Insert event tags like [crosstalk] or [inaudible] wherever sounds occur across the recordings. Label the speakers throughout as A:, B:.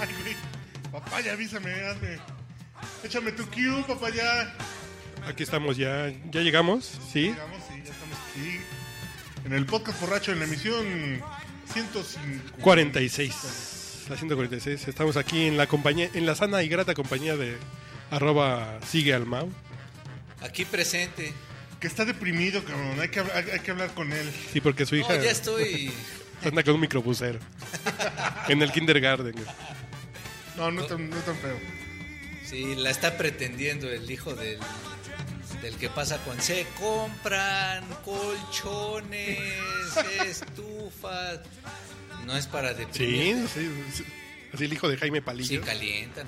A: Ay, güey. Papá, ya avísame, hazme. Échame tu cue, papá, ya.
B: Aquí estamos ya. ¿Ya llegamos? Sí.
A: Llegamos, sí, ya estamos aquí. En el podcast borracho, en la emisión 150.
B: 46. La 146. Estamos aquí en la compañía, en la sana y grata compañía de arroba sigue al Mau.
C: Aquí presente.
A: Que está deprimido, cabrón. Hay que, hab- hay, hay que hablar con él.
B: Sí, porque su
C: No,
B: hija
C: ya estoy.
B: anda con un microbusero. en el kindergarten. güey.
A: No, no, tan, no tan feo.
C: Sí, la está pretendiendo el hijo del, del que pasa con se compran colchones, estufas. No es para
B: Sí,
C: deprimir.
B: sí, sí. Así el hijo de Jaime
C: Sí,
B: Palillo.
C: calientan.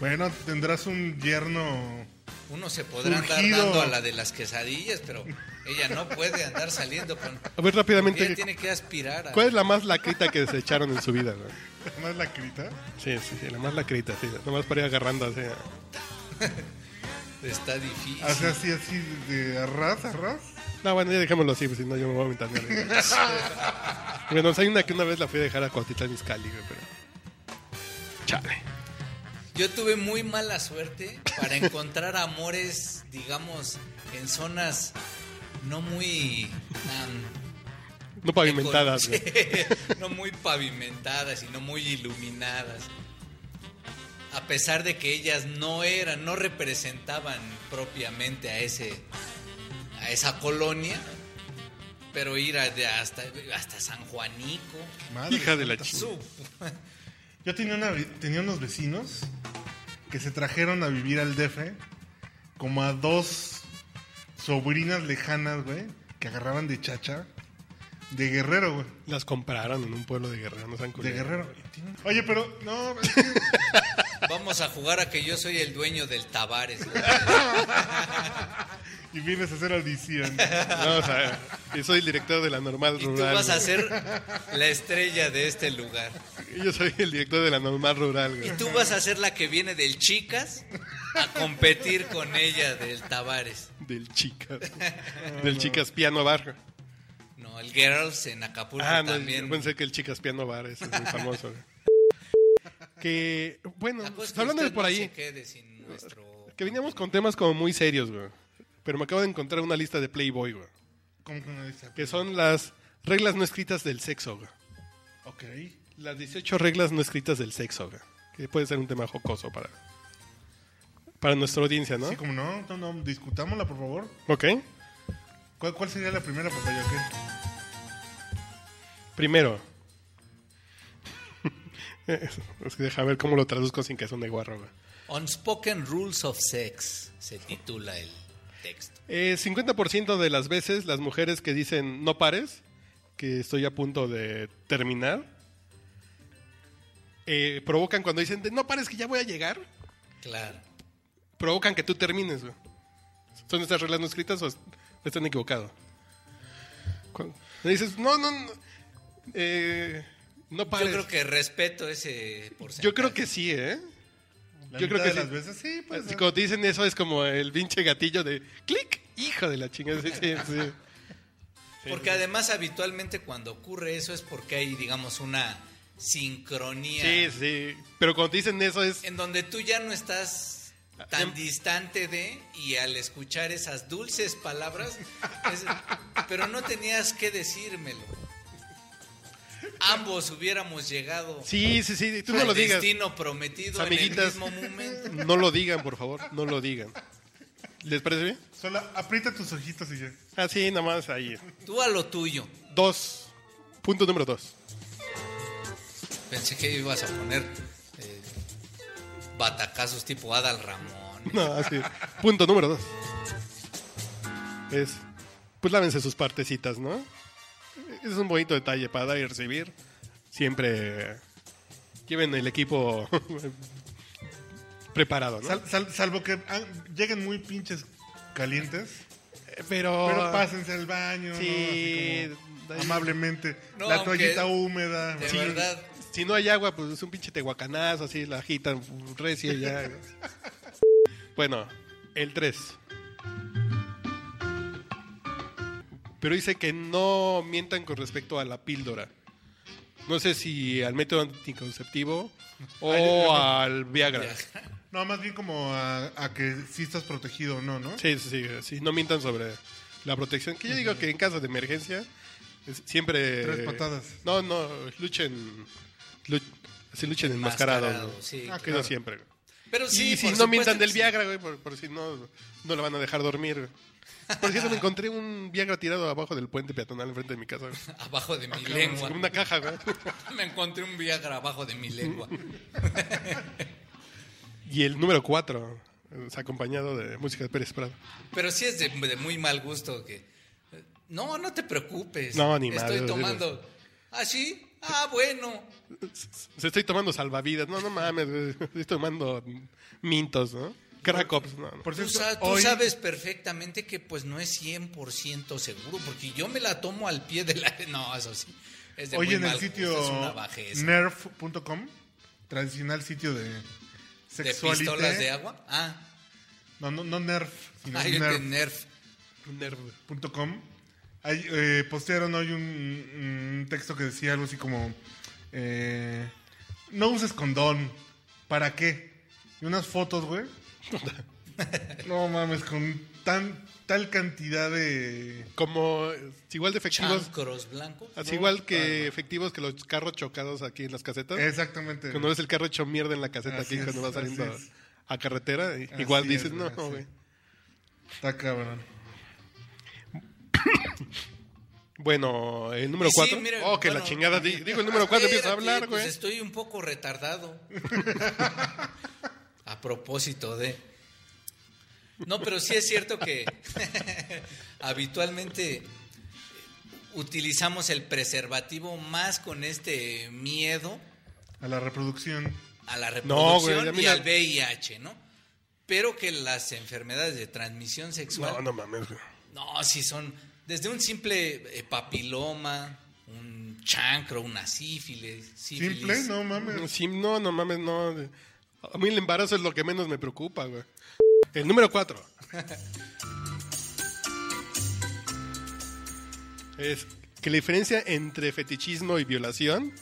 A: Bueno, tendrás un yerno. [laughs]
C: Uno se podrá
A: Surgido.
C: andar dando a la de las quesadillas, pero ella no puede andar saliendo con.
B: a ver,
C: Ella
B: rápidamente,
C: tiene que aspirar a.
B: ¿cuál es la más lacrita que se echaron en su vida? güey?
A: Más la crita.
B: Sí, sí, sí, la más lacrita, sí. Nomás para ir agarrando así.
C: Está difícil.
A: Así, así, así, de arras, arras.
B: No, bueno, ya dejémoslo así, pues, si no yo me voy a aventar. bueno, hay una que una vez la fui a dejar a Cuautitlán Izcalli, güey, pero... Chale.
C: Yo tuve muy mala suerte para encontrar amores, digamos, en zonas no muy tan
B: No pavimentadas, güey.
C: [laughs] no muy pavimentadas y no muy iluminadas. A pesar de que ellas no eran, no representaban propiamente a ese a esa colonia, pero ir a- de hasta hasta San Juanico.
A: Madre
B: Hija de la
A: santa.
B: chi-
C: Su-
A: Yo tenía, una, vi- tenía unos vecinos que se trajeron a vivir al DF como a dos sobrinas lejanas, güey, que agarraban de chacha de guerrero, güey.
B: Las compraron en un pueblo de Guerrero, no sean
A: De
B: culeros.
A: guerrero. Oye, pero no, [laughs] es que-
C: Vamos a jugar a que yo soy el dueño del Tabares. ¿no?
A: y vienes a hacer
B: [laughs]
A: audición.
B: No, o sea, yo soy el director de la normal
C: Y tú
B: rural.
C: vas a
B: güey.
C: ser
B: [laughs]
C: la estrella de este lugar.
B: Yo soy el director de la normal rural,
C: Y
B: güey.
C: tú vas a ser la que viene del Chicas a competir con ella del Tavares.
B: Del chicas. Del chicas piano bar.
C: No, el Girls en Acapulco
B: Ah, no,
C: también.
B: yo pensé que el chicas piano bar ese es muy famoso. güey. Que, bueno,
C: La cosa es que
B: pues, hablando de
C: usted
B: por
C: no
B: ahí,
C: se quede sin nuestro-
B: que veníamos con temas como muy serios, güey. Pero me acabo de encontrar una lista de Playboy, güey.
A: ¿Cómo que no dice?
B: Que son las reglas no escritas del sexo, güey.
A: Ok.
B: Las 18 reglas no escritas del sexo, güey. Que puede ser un tema jocoso para, para nuestra audiencia, ¿no?
A: Sí, como no, no, no, discutámosla, por favor.
B: Ok.
A: ¿Cuál, cuál sería la primera, papá? ¿Yo qué?
B: Primero. [laughs] es que deja ver cómo lo traduzco sin que suene guarro, güey.
C: Unspoken Rules of Sex se titula el texto.
B: Eh, 50% de las veces las mujeres que dicen no pares, que estoy a punto de terminar, eh, provocan cuando dicen de, no pares que ya voy a llegar,
C: Claro.
B: provocan que tú termines. güey. ¿Son estas reglas no escritas o est- están equivocados? Cuando dices, no, no, no, eh, no pares.
C: Yo creo que respeto ese porcentaje.
B: sí, ¿eh?
A: La
B: Yo creo
A: mitad
B: que
A: de
B: sí.
A: las veces sí, pues.
B: Así Cuando te dicen eso es como el pinche gatillo de clic, hijo de la chingada. Sí, sí,
C: [laughs]
B: sí.
C: Porque además habitualmente cuando ocurre eso es porque hay, digamos, una sincronía.
B: Sí, sí. Pero cuando te dicen eso es.
C: en donde tú ya no estás
B: Ah, em-
C: tan distante de y al escuchar esas dulces palabras, es- pero no tenías que decírmelo. Ambos hubiéramos llegado
B: Sí, sí, sí. Tú no
C: al
B: lo digas.
C: destino prometido
B: Amiguitas.
C: en el mismo momento.
B: No lo digan, por favor. No lo digan. ¿Les parece bien?
A: Solo aprieta tus ojitos y ya.
B: Así, nada más ahí.
C: Tú a lo tuyo.
B: Dos. Punto número dos.
C: Pensé que ibas a poner eh, batacazos tipo Adal Ramón.
B: No, así. Punto número dos. Es. Pues lávense sus partecitas, ¿no? Es un bonito detalle para dar y recibir. Siempre lleven el equipo [laughs] preparado, ¿no?
A: Sal- sal- salvo que ah, lleguen muy pinches calientes.
B: Eh, pero...
C: Oh,
A: Pero pásense al baño, ¿no?
B: Sí,
A: Así como
B: ahí-
A: amablemente.
C: No,
A: la
C: aunque-
A: toallita húmeda.
C: De
A: Sí.
C: verdad,
B: Si no hay agua, pues es un pinche tehuacanazo, así la agitan recio y ya. bueno, el 3. Pero dice que no mientan con respecto a la píldora. No sé si al método anticonceptivo o al Viagra.
A: No, más bien como a, a que sí estás protegido o no, ¿no?
B: Sí, sí, sí, sí, No mientan sobre la protección. Que yo digo que en caso de emergencia, es- siempre.
A: Tres patadas.
B: No, no, luchen. luch- así luchen enmascarados.
C: Mascarado,
B: ¿no?
C: sí,
A: Ah,
B: Que
A: claro.
B: no siempre. güey.
C: Pero sí,
B: y si
C: por
B: no
C: supuesto
B: mientan
C: que
B: del
C: sí.
B: Viagra, güey, por, por si no, no la van a dejar dormir. güey. Por cierto, me encontré un Viagra tirado abajo del puente peatonal enfrente de mi casa. güey.
C: Abajo de mi
B: Como
C: lengua.
B: Una caja, güey.
C: Me encontré un Viagra abajo de
B: [laughs]
C: mi lengua.
B: Y el número 4, acompañado de música de Pérez Prado.
C: Pero sí es de, de muy mal gusto que... eh, No, no te preocupes.
B: No, ni
C: Estoy
B: madre,
C: tomando... ¿Ah, sí? Ah, bueno.
B: Se estoy tomando salvavidas. No, no mames, güey. [laughs] Estoy tomando mintos, ¿no? Cracops, no. no.
A: Por
C: Tú,
A: cierto,
C: sa- tú
A: hoy-
C: sabes perfectamente que pues no es 100% seguro, porque yo me la tomo al pie de la... [laughs] No, eso sí. Es de
A: Hoy
C: muy
A: en el
C: mal
A: sitio
C: gusto, es una bajeza.
A: nerf.com, tradicional sitio de
C: ¿De
A: sexualité.
C: pistolas de agua? Ah,
A: No, no, no nerf, sino
C: hay un
A: nerf.com.
C: nerf.
B: Nerv.
A: Ahí, eh, postearon hoy un, un texto que decía algo así como, eh, no uses condón, ¿para qué? Y unas fotos, güey. no mames, con tan tal cantidad de...
B: Como eh, igual de efectivos.
C: Chancros blancos.
B: Así igual
A: Ah,
B: que efectivos que los carros chocados aquí en las casetas.
A: Exactamente.
B: Cuando ves el carro hecho mierda en la caseta
A: Así
B: aquí
A: es,
B: cuando va saliendo
A: así es.
B: a carretera, i-
A: Así
B: igual
A: es,
B: dices,
A: güey,
B: no,
A: así.
B: güey.
A: Está cabrón.
B: Bueno, el número
C: Y sí,
B: 4.
C: mira,
B: oh, que la
C: bueno,
B: chingada. di-
A: [laughs]
B: Digo, el número 4 empieza a
C: espérate,
B: hablar,
C: pues,
B: güey.
C: estoy un
B: [laughs]
C: poco retardado. a propósito de. No, pero sí es cierto que [laughs] habitualmente utilizamos el preservativo más con este miedo
A: A la reproducción.
C: a la
B: No, güey,
C: reproducción
B: ya
C: y
B: mira-
C: al VIH, ¿no? Pero que las enfermedades de transmisión sexual
B: No, no mames, güey.
C: no, sí son desde un simple eh, papiloma, un chancro, una sífilis. sífilis.
A: Simple, no mames.
B: Sí, no, no mames, no. A mí el embarazo es lo que menos me preocupa, güey. El número 4. es que la diferencia entre fetichismo y violación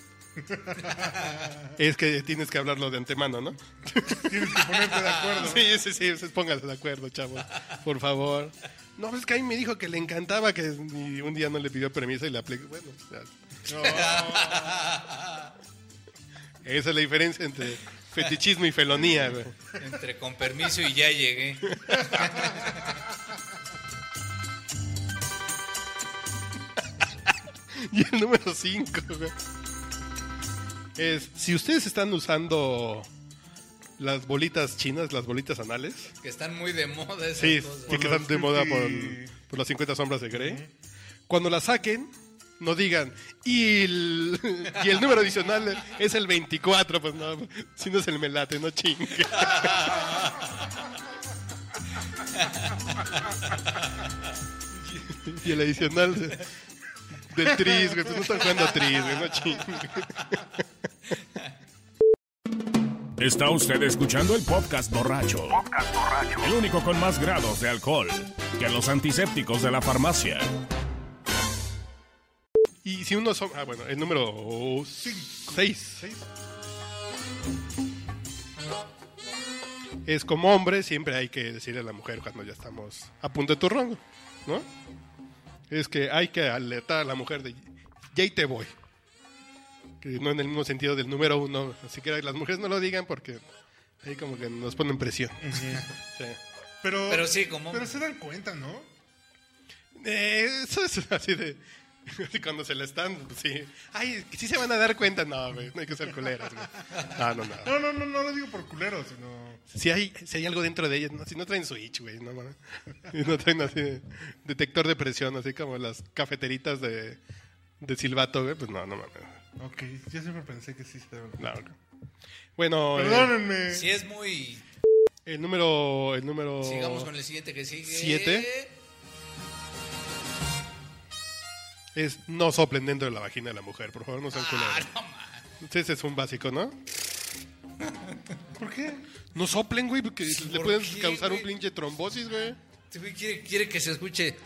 B: es que tienes que hablarlo de antemano, ¿no?
A: Tienes que ponerte de acuerdo.
B: Sí, sí, sí, ustedes pónganse de acuerdo, chavos, por favor. No, pues es que a mí me dijo que le encantaba que y un día no le pidió permiso y le aplicó. Bueno, o sea, esa es la diferencia entre fetichismo y felonía, güey. [laughs]
C: Entre con permiso y ya llegué.
B: Y el número 5, Es, si ustedes están usando las bolitas chinas, las bolitas anales,
C: Que están muy de moda esas
B: sí,
C: cosas.
B: sí que están de
A: los
B: moda por,
A: 50.
B: por las 50 sombras de Grey, cuando las saquen, no digan, y el, y el número adicional es el 24, pues no, si no es el melate, no chingue. [laughs] Y el adicional de- del tris, güey, pues no están jugando tris, güey, no chingue.
D: Está usted escuchando el podcast borracho. El único con más grados de alcohol que los antisépticos de la farmacia.
B: Y si uno son. Ah, bueno, el número 6.
A: Seis.
B: Es como hombre, siempre hay que decirle a la mujer cuando ya estamos a punto de turrón, ¿no? Es que hay que alertar a la mujer de. Ya ahí te voy. Que no en el mismo sentido del número uno. Así que las mujeres no lo digan porque ahí como que nos ponen presión. Sí.
A: Pero,
C: Pero sí, como-
A: Pero se dan cuenta, ¿no?
B: Eh, eso es [laughs] así de. así Cuando se le están, pues, sí. Ay, sí se van a dar cuenta. No, güey, no hay que ser culeras, güey. No, no, no.
A: No, no, no, no lo digo por culero, sino.
B: Si hay, si hay algo dentro de ellas, no, si no traen switch, güey, no mames. Y no traen así de- detector de presión, así como las cafeteritas de, de silbato, güey, pues no, no mames.
A: Ok, yo siempre pensé que sí se daban cuenta.
B: No, güey. Bueno, eh,
A: Perdónenme.
C: Si es muy.
B: el número. El número.
C: Sigamos con el siguiente que sigue.
B: ¿Siete? Es no soplen dentro de la vagina de la mujer, por favor, no sean
C: Ah,
B: culeros.
C: no ma.
B: Sí, Ese es un básico, ¿no?
A: ¿Por qué?
B: No soplen, güey, porque le
C: ¿por
B: pueden
C: qué,
B: causar un
C: güey?
B: pinche trombosis, güey.
C: Este güey Quiere, quiere que se escuche.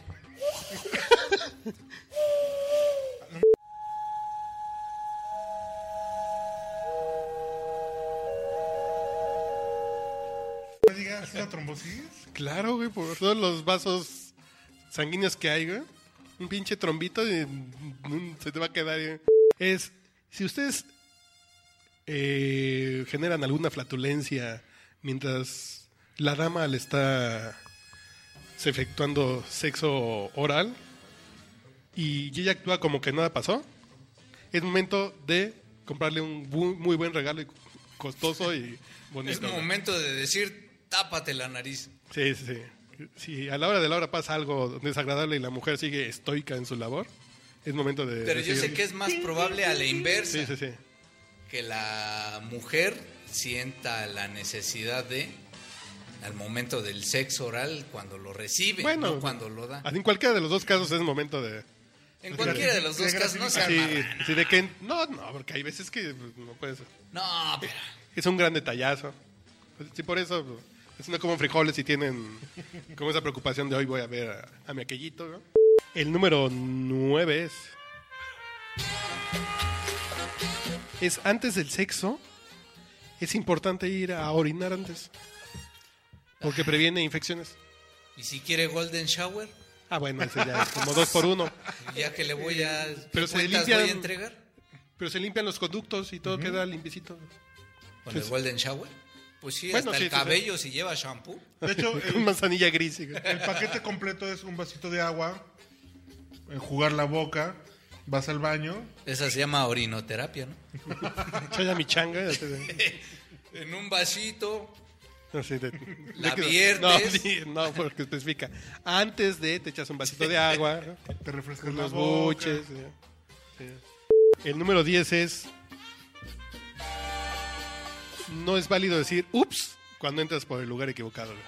A: ¿Me digas una trombosis?
B: Claro, güey, por todos los vasos sanguíneos que hay, güey. Un pinche trombito y, mm, se te va a quedar. güey. Es, si ustedes eh, generan alguna flatulencia mientras la dama le está se efectuando sexo oral y ella actúa como que nada pasó, es momento de comprarle un bu- muy buen regalo y costoso y bonito.
C: Es
B: güey.
C: momento de decir, tápate la nariz.
B: Sí, sí, sí. Si a la hora de la hora pasa algo desagradable y la mujer sigue estoica en su labor, es momento de.
C: Pero yo
B: decir-
C: sé que es más probable a la inversa.
B: Sí, sí, sí.
C: que la mujer sienta la necesidad de al momento del sexo oral cuando lo recibe,
B: Bueno, Ah,
C: no cuando lo da.
B: En cualquiera de los dos casos es momento de.
C: En cualquiera de los dos
A: Reglas
C: casos no se
B: Sí,
C: arma.
B: sí, de que. No, no, porque hay veces que no puedes.
C: No, pero
B: Es un gran detallazo. Sí, por eso. Es no como frijoles y tienen como esa preocupación de hoy voy a ver a, a mi aquellito, ¿no? El número 9 es. Es antes del sexo. Es importante ir a orinar antes. Porque previene infecciones.
C: y si quiere golden shower,
B: Ah, bueno, ese ya es como dos por uno.
C: ya que le voy a
B: Eh, Pero
C: ¿qué
B: se
C: cuentas
B: limpian-
C: voy a entregar
B: Pero se limpian los conductos y todo queda limpiecito.
C: con el golden shower. Pues sí,
B: Bueno,
C: hasta
B: sí,
C: el
B: sí, sí.
C: cabello si lleva shampoo.
A: De hecho,
B: Con
A: el,
B: manzanilla gris. y-
A: el paquete completo es un vasito de agua, enjugar la boca, vas al baño.
C: Esa se llama orinoterapia, ¿no?
B: Chaya mi changa. así de-
C: En un vasito,
B: Así de-
C: La
B: de que-
C: viertes.
B: No, [laughs] sí, no, porque especifica. Antes de te echas un vasito de agua, ¿no?
A: Te refrescas la
B: unos
A: boca.
B: buches. ¿sí? Sí. El número 10 es. No es válido decir ups cuando entras por el lugar equivocado. güey.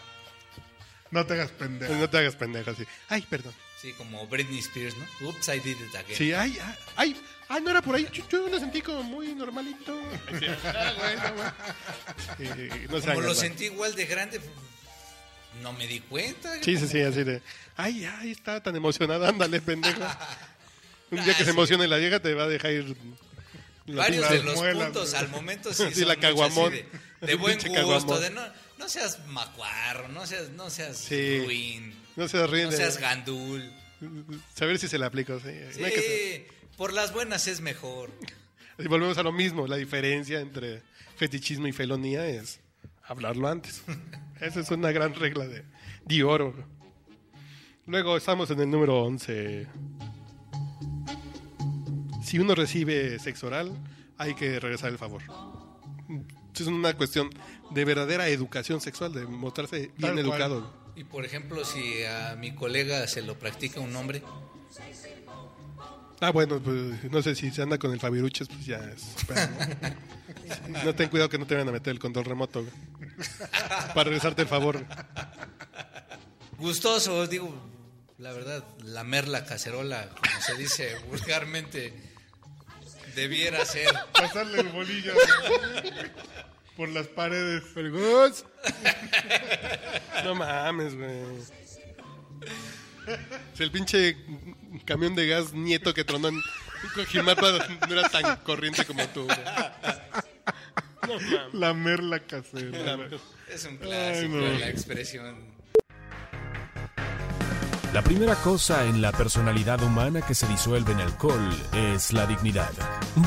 A: No te hagas pendejo.
B: No te hagas pendejo así. Ay, perdón.
C: sí, como Britney Spears, ¿no? Oops, I did it again.
B: Sí, ay, ay, ay, ay, no era por ahí. Yo, yo lo sentí como muy normalito. Sí, ah, güey, no, güey. Sí, no se
C: Como
B: hagan,
C: lo
B: güey.
C: sentí igual de grande, no me di cuenta.
B: Sí, sí, sí, así de. Ay, ay, está tan emocionada, ándale,
C: [laughs]
B: pendejo. Un día que
C: Ah, sí.
B: se emocione la vieja te va a dejar ir. la
C: Varios
B: pinche-
C: de los
A: muelas,
C: puntos
A: ¿no?
C: al momento sí,
B: [laughs] Sí,
C: son
B: la
C: mucho así
B: caguamón.
C: de, de
B: El
C: buen
B: pinche
C: gusto,
B: caguamón.
C: de no, no seas macuarro, no seas, no seas
B: Sí.
C: ruin,
B: No se ríen.
C: no
B: de-
C: seas gandul.
B: Saber si se la aplico. Sí. No hay que ser-
C: Sí, por las buenas es mejor.
B: Y volvemos a lo mismo. La diferencia entre fetichismo y felonía es hablarlo antes. Esa es una gran regla de, de oro. Luego estamos en el número 11. Si uno recibe sexo oral, hay que regresar el favor. Es una cuestión de verdadera educación sexual, de mostrarse bien
A: cual.
B: educado.
C: Y por ejemplo, si a mi colega se lo practica un hombre,
B: Ah, bueno, pues no sé si se anda con el Fabiruches, pues ya es. pero, ¿no? Sí, no ten cuidado que no te vayan a meter el control remoto, güey. Para regresarte el favor. güey.
C: gustoso, digo, la verdad, lamer la cacerola, como se dice [laughs] vulgarmente, debiera ser.
A: Pasarle el bolillo por las paredes.
B: Pero, Gus, No mames, güey. Si el pinche camión de gas nieto que tronó en Cojimalpa no era tan corriente como tú, güey.
A: La merla casera.
C: Es un clásico
A: no.
C: la expresión.
D: La primera cosa en la personalidad humana que se disuelve en alcohol es la dignidad.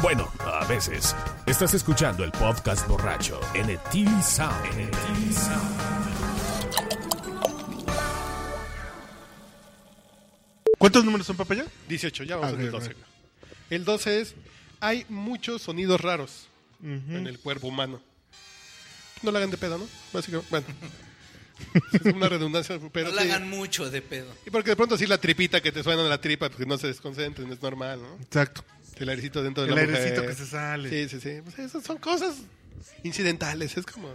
D: Bueno, a veces. Estás escuchando el podcast borracho en el TV Sound.
A: ¿Cuántos números son, papaya?
B: 18, ya vamos
A: Ah,
B: en el
A: ok,
B: 12.
A: ok.
B: El 12 es, hay muchos sonidos raros en el cuerpo humano. No la hagan de pedo, ¿no? Básicamente, bueno. [laughs] es una redundancia, pero
C: No la
B: sí.
C: hagan mucho de pedo.
B: Y porque de pronto sí la tripita que te suena en la tripa, porque no se desconcentren, es normal, ¿no?
A: Exacto.
B: El airecito dentro de
A: El
B: la
A: airecito
B: mujer.
A: que se sale.
B: Sí, sí, sí. Pues esas son cosas incidentales, es como...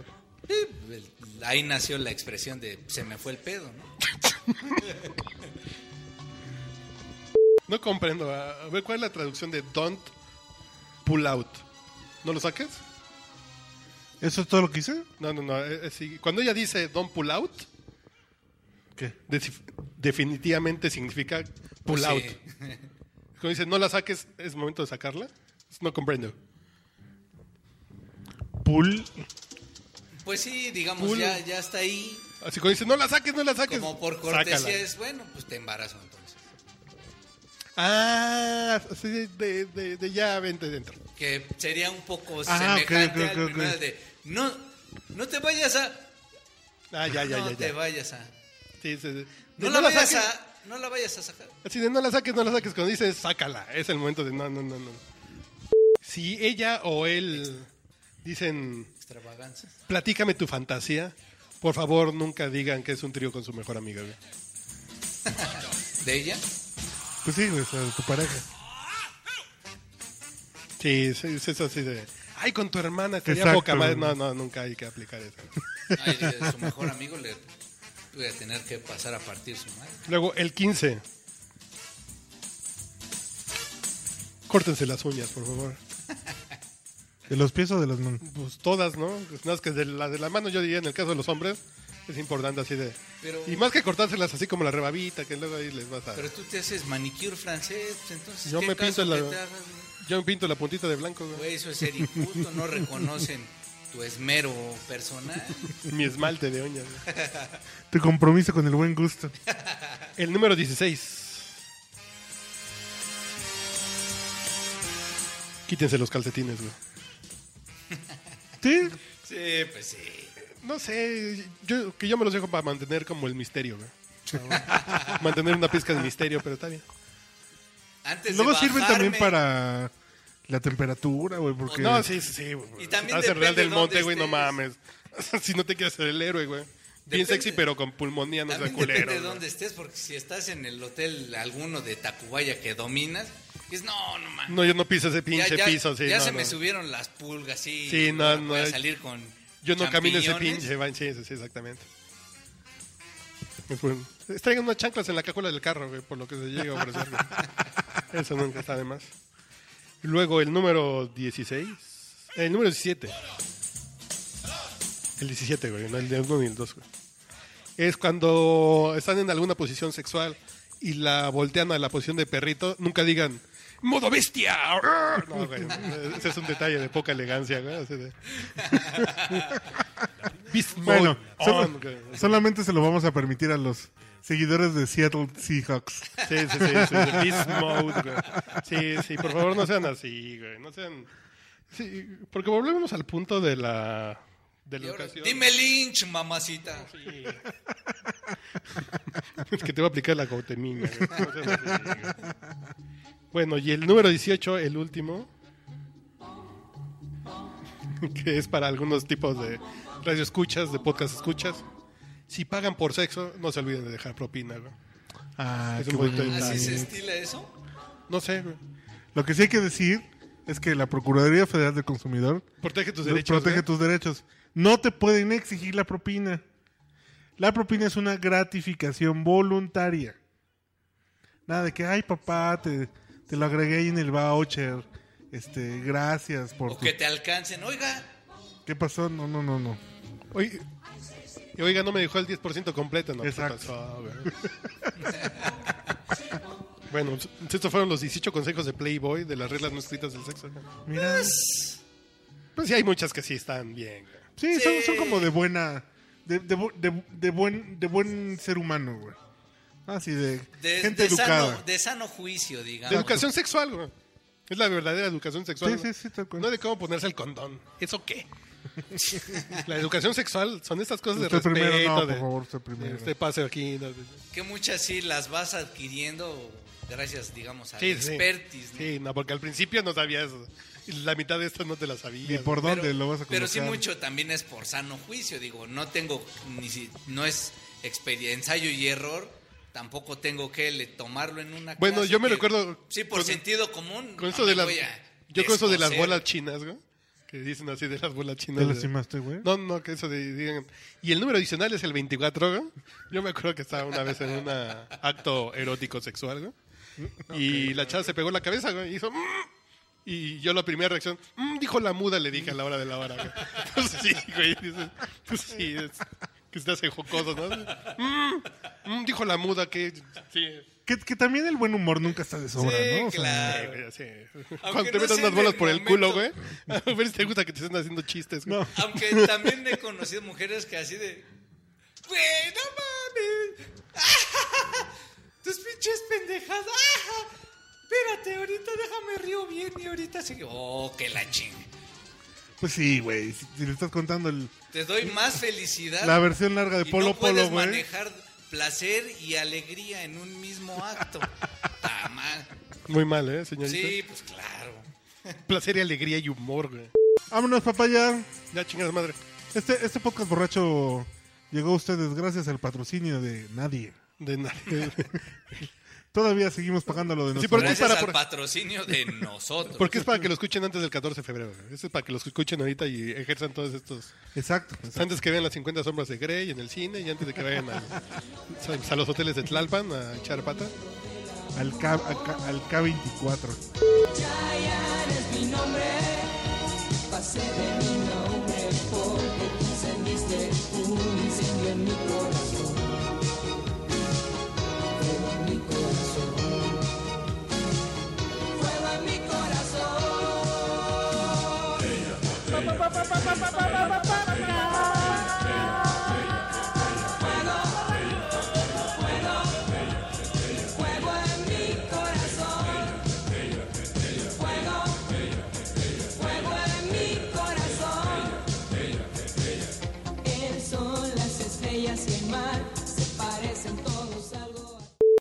C: Eh, Ahí nació la expresión de se me fue el pedo, ¿no?
B: No comprendo. A a ver, ¿cuál es la traducción de don't pull out? ¿No lo saques?
A: ¿Eso es todo lo que hice?
B: No, no, no. eh, eh, sí. Cuando ella dice don't pull out,
A: ¿Qué?
B: desif- definitivamente significa pull
C: Pues
B: out.
C: sí.
B: Cuando dice no la saques, es momento de sacarla. No comprendo.
A: Pull.
C: Pues sí, digamos,
B: Pull.
C: ya, ya está ahí.
B: Así cuando dice no la saques, no la saques.
C: Como por cortesía
B: sácala.
C: es, bueno, pues te embarazo entonces.
B: Ah, así de, de- de- de ya vente dentro.
C: Que sería un poco
A: Ah, ok,
C: semejante
A: ok,
C: al
A: ok,
C: primero
A: ok.
C: de no, no te vayas a.
B: Ah, ya, ya,
C: no
B: ya.
C: te
B: ya.
C: vayas a.
B: Sí, sí, sí. De
C: No, la vayas
B: saques.
C: a. No la vayas a sacar.
B: Así de no la saques, no la saques. Cuando dices sácala, es el momento de no, no, no, no. Si ella o él dicen
C: Extravagancia.
B: platícame tu fantasía, por favor nunca digan que es un trío con su mejor amiga. güey.
C: ¿De ella?
B: Pues sí, güey, o sea, tu pareja. Sí, sí, es eso así de. Ay, con tu hermana, estaría
A: Exacto,
B: poca madre.
A: güey.
B: No, no, nunca hay que aplicar eso.
C: Ay, de su mejor amigo le voy a tener que pasar a partir su madre.
B: Luego, el 15. Córtense las uñas, por favor.
A: ¿De los pies o de las manos?
B: Pues todas, ¿no? Pues nada más que de la de la mano, yo diría, en el caso de los hombres, es importante así de.
C: Pero-
B: Y más que cortárselas así como la rebabita, que luego ahí les vas a.
C: Pero tú te haces manicure francés, pues, entonces.
B: Yo
C: ¿qué
B: me
C: caso
B: pinto la-
C: que te hagas,
B: Yo me pinto la puntita de blanco, güey.
C: güey? Eso es ser injusto, no reconocen tu esmero personal.
B: Mi esmalte de uñas. güey.
A: Tu compromiso con el buen gusto.
B: El número 16. Quítense los calcetines, güey.
A: ¿Sí?
C: Sí, pues sí.
B: No sé, yo, que yo me los dejo para mantener como el misterio, güey. mantener una pizca de misterio, pero está bien.
C: Antes
A: Luego
C: de
A: sirven
C: bajarme-
A: también para la temperatura, güey, porque...
B: No, sí, sí, sí.
C: Y
B: Y
C: también
B: también Estás en Real
C: depende
B: del Monte,
C: dónde
B: güey, no
C: estés.
B: mames. [laughs] si no te quieres hacer el héroe, güey.
C: Depende.
B: Bien sexy, pero con pulmonía no es
C: También
B: culero.
C: depende de
B: güey.
C: dónde estés, porque si estás en el hotel alguno de Tacubaya que dominas, dices, no, no mames.
B: No, yo no piso ese pinche piso, sí.
C: ya
B: no,
C: se
B: no.
C: me subieron las pulgas, sí.
B: Sí, no,
C: voy a
B: no,
C: salir con
B: Yo no camino ese
C: champiñones.
B: pinche, van, sí, sí, sí, exactamente. Es bueno. Traigan unas chanclas en la cajuela del carro, güey, por lo que se llega a ofrecer. güey. Eso nunca está de más. Luego el número 16. El número 17. El 17, güey, no el de uno ni el 2, güey. Es cuando están en alguna posición sexual y la voltean a la posición de perrito, nunca digan ¡Modo bestia! No, güey, [laughs] ese es un detalle de poca elegancia, güey. así de- Beast mode
A: Bueno, solo-
B: on, güey.
A: solamente se lo vamos a permitir a los seguidores de Seattle Seahawks.
B: Sí, sí, sí, sí, de beast mode, güey. Sí, sí, por favor no sean así, güey. No sean. Sí, porque volvemos al punto de la. De
C: Y
B: la
C: ahora,
B: educación.
C: Dime Lynch, mamacita.
B: Sí. es que te va a aplicar la gautemina. güey. No sean así, güey. Bueno, y el número 18, el último. Que es para algunos tipos de radio escuchas, de podcast escuchas. Si pagan por sexo, no se olviden de dejar propina, güey.
A: Ah,
B: Es
A: qué
B: un bonito
A: bonito.
C: Así se estila eso.
B: No sé, güey.
A: Lo que sí hay que decir es que la Procuraduría Federal del Consumidor
B: Protege tus
A: Pro-
B: derechos. ¿eh?
A: Protege
B: güey.
A: tus derechos. No te pueden exigir la propina. La propina es una gratificación voluntaria. Nada de que, ay papá, te, te lo agregué ahí en el voucher. Este, gracias por
C: O
A: tu-
C: que te alcancen. Oiga,
A: ¿Qué pasó? No, no, no, no.
B: Oye, y oiga, no me dejó el 10% completo, ¿no?
A: Exacto.
B: ¿Qué pasó, güey? [laughs] bueno, estos fueron los 18 consejos de Playboy de las reglas no escritas del sexo.
A: Mira.
B: Pues sí, hay muchas que sí están bien. güey.
A: Sí, Son, son como de buena. De, de bu- de- de buen, de buen ser humano, güey. Así de,
C: de,
A: gente
C: de
A: educada.
C: Sano, de sano juicio, digamos.
B: De educación sexual, güey. Es la verdadera educación sexual.
A: Sí,
B: güey.
A: sí, sí, tal cual.
B: No de cómo ponerse el condón. ¿Eso qué? [laughs] la educación sexual son estas cosas de
A: Usted
B: respeto.
A: primero, no,
B: de-
A: por favor, usted
B: de
A: primero.
B: Este paseo aquí. no, de-
C: Que muchas sí las vas adquiriendo gracias, digamos, a
B: Sí, sí.
C: expertis. ¿no?
B: Sí, no, porque al principio no sabías. La mitad de esto no te la sabías.
A: ¿Y por dónde
C: Pero-
A: lo vas a colocar?
C: Pero sí mucho también es por sano juicio, digo, no tengo, ni si- no es experie- ensayo y error, tampoco tengo que le- tomarlo en una
B: Bueno,
C: clase
B: yo me
C: que-
B: recuerdo
C: Sí, por
B: con-
C: sentido común.
B: Con
C: no
B: eso
C: me
B: de las.
C: voy a
B: Yo con eso de las
C: descoser.
B: bolas chinas, güey. Que dicen así de las bolas chinas.
A: ¿Te
B: de-
A: lastimaste, güey?
B: No, no, que eso de- digan. Y el número adicional es el 24, güey. Yo me acuerdo que estaba una vez en un acto erótico sexual, güey. Y la chava se pegó en la cabeza, güey, y hizo. "Mm". Y yo la primera reacción, "Mm", dijo la muda, le dije a la hora de la hora, güey. [laughs] Pues sí, güey. dices, pues sí, es que estás en jocoso, ¿no? "Mm, mm", dijo la muda que. Sí,
A: Que, que también el buen humor nunca está de sobra,
C: Sí,
A: ¿no? O sea,
B: Sí, [laughs]
C: claro.
B: güey, así. Cuando te
C: no
B: metan
C: sea
B: unas
C: en
B: bolas
C: el
B: por el
C: momento.
B: culo, güey. [laughs] A ver si te gusta que te estén haciendo chistes, güey.
A: No.
C: Aunque también he conocido mujeres que así de. ¡Güey, no mames! [laughs] ¡Tus pinches pendejadas! ¡Ah! Espérate, ahorita déjame río bien y ahorita sigue. ¡Oh, que la ching!
A: Pues sí, güey. Si, si le estás contando el-
C: Te doy más felicidad.
A: la versión larga de
C: Ah. y
A: Polo ¿eh?
C: no puedes
A: Polo, güey.
C: manejar placer y alegría en un mismo acto. Ta ma-
B: Muy mal, ¿eh, señorita?
C: Sí, pues claro.
B: Placer y alegría y humor, güey.
A: Vámonos, papaya.
B: Ya chingada madre.
A: Este, este podcast borracho llegó a ustedes gracias al patrocinio de nadie.
B: De nada.
C: [laughs]
B: Sí,
A: Todavía seguimos pagando lo de
B: Sí,
A: nosotros.
B: porque-
C: Gracias
B: para
C: al
B: por-
C: patrocinio de nosotros.
B: Porque es para que lo escuchen antes del 14 de febrero, güey. Eso es para que lo escuchen ahorita y ejerzan todos estos.
A: Exacto. pues, exacto.
B: Antes que vean las 50 sombras de Grey en el cine y antes de que vayan a, [laughs] a los hoteles de Tlalpan a echar pata.
A: Al, K, al K- al K24.
E: Chayanne es mi nombre, pasé de mi nombre porque tú encendiste un incendio en mi corazón. Fuego en mi corazón. Fuego en mi corazón. Pa, pa, pa, pa, pa, pa, pa, pa, pa, pa, Fuego, fuego, fuego en mi corazón. Fuego, fuego en mi corazón. El sol, las estrellas y el mar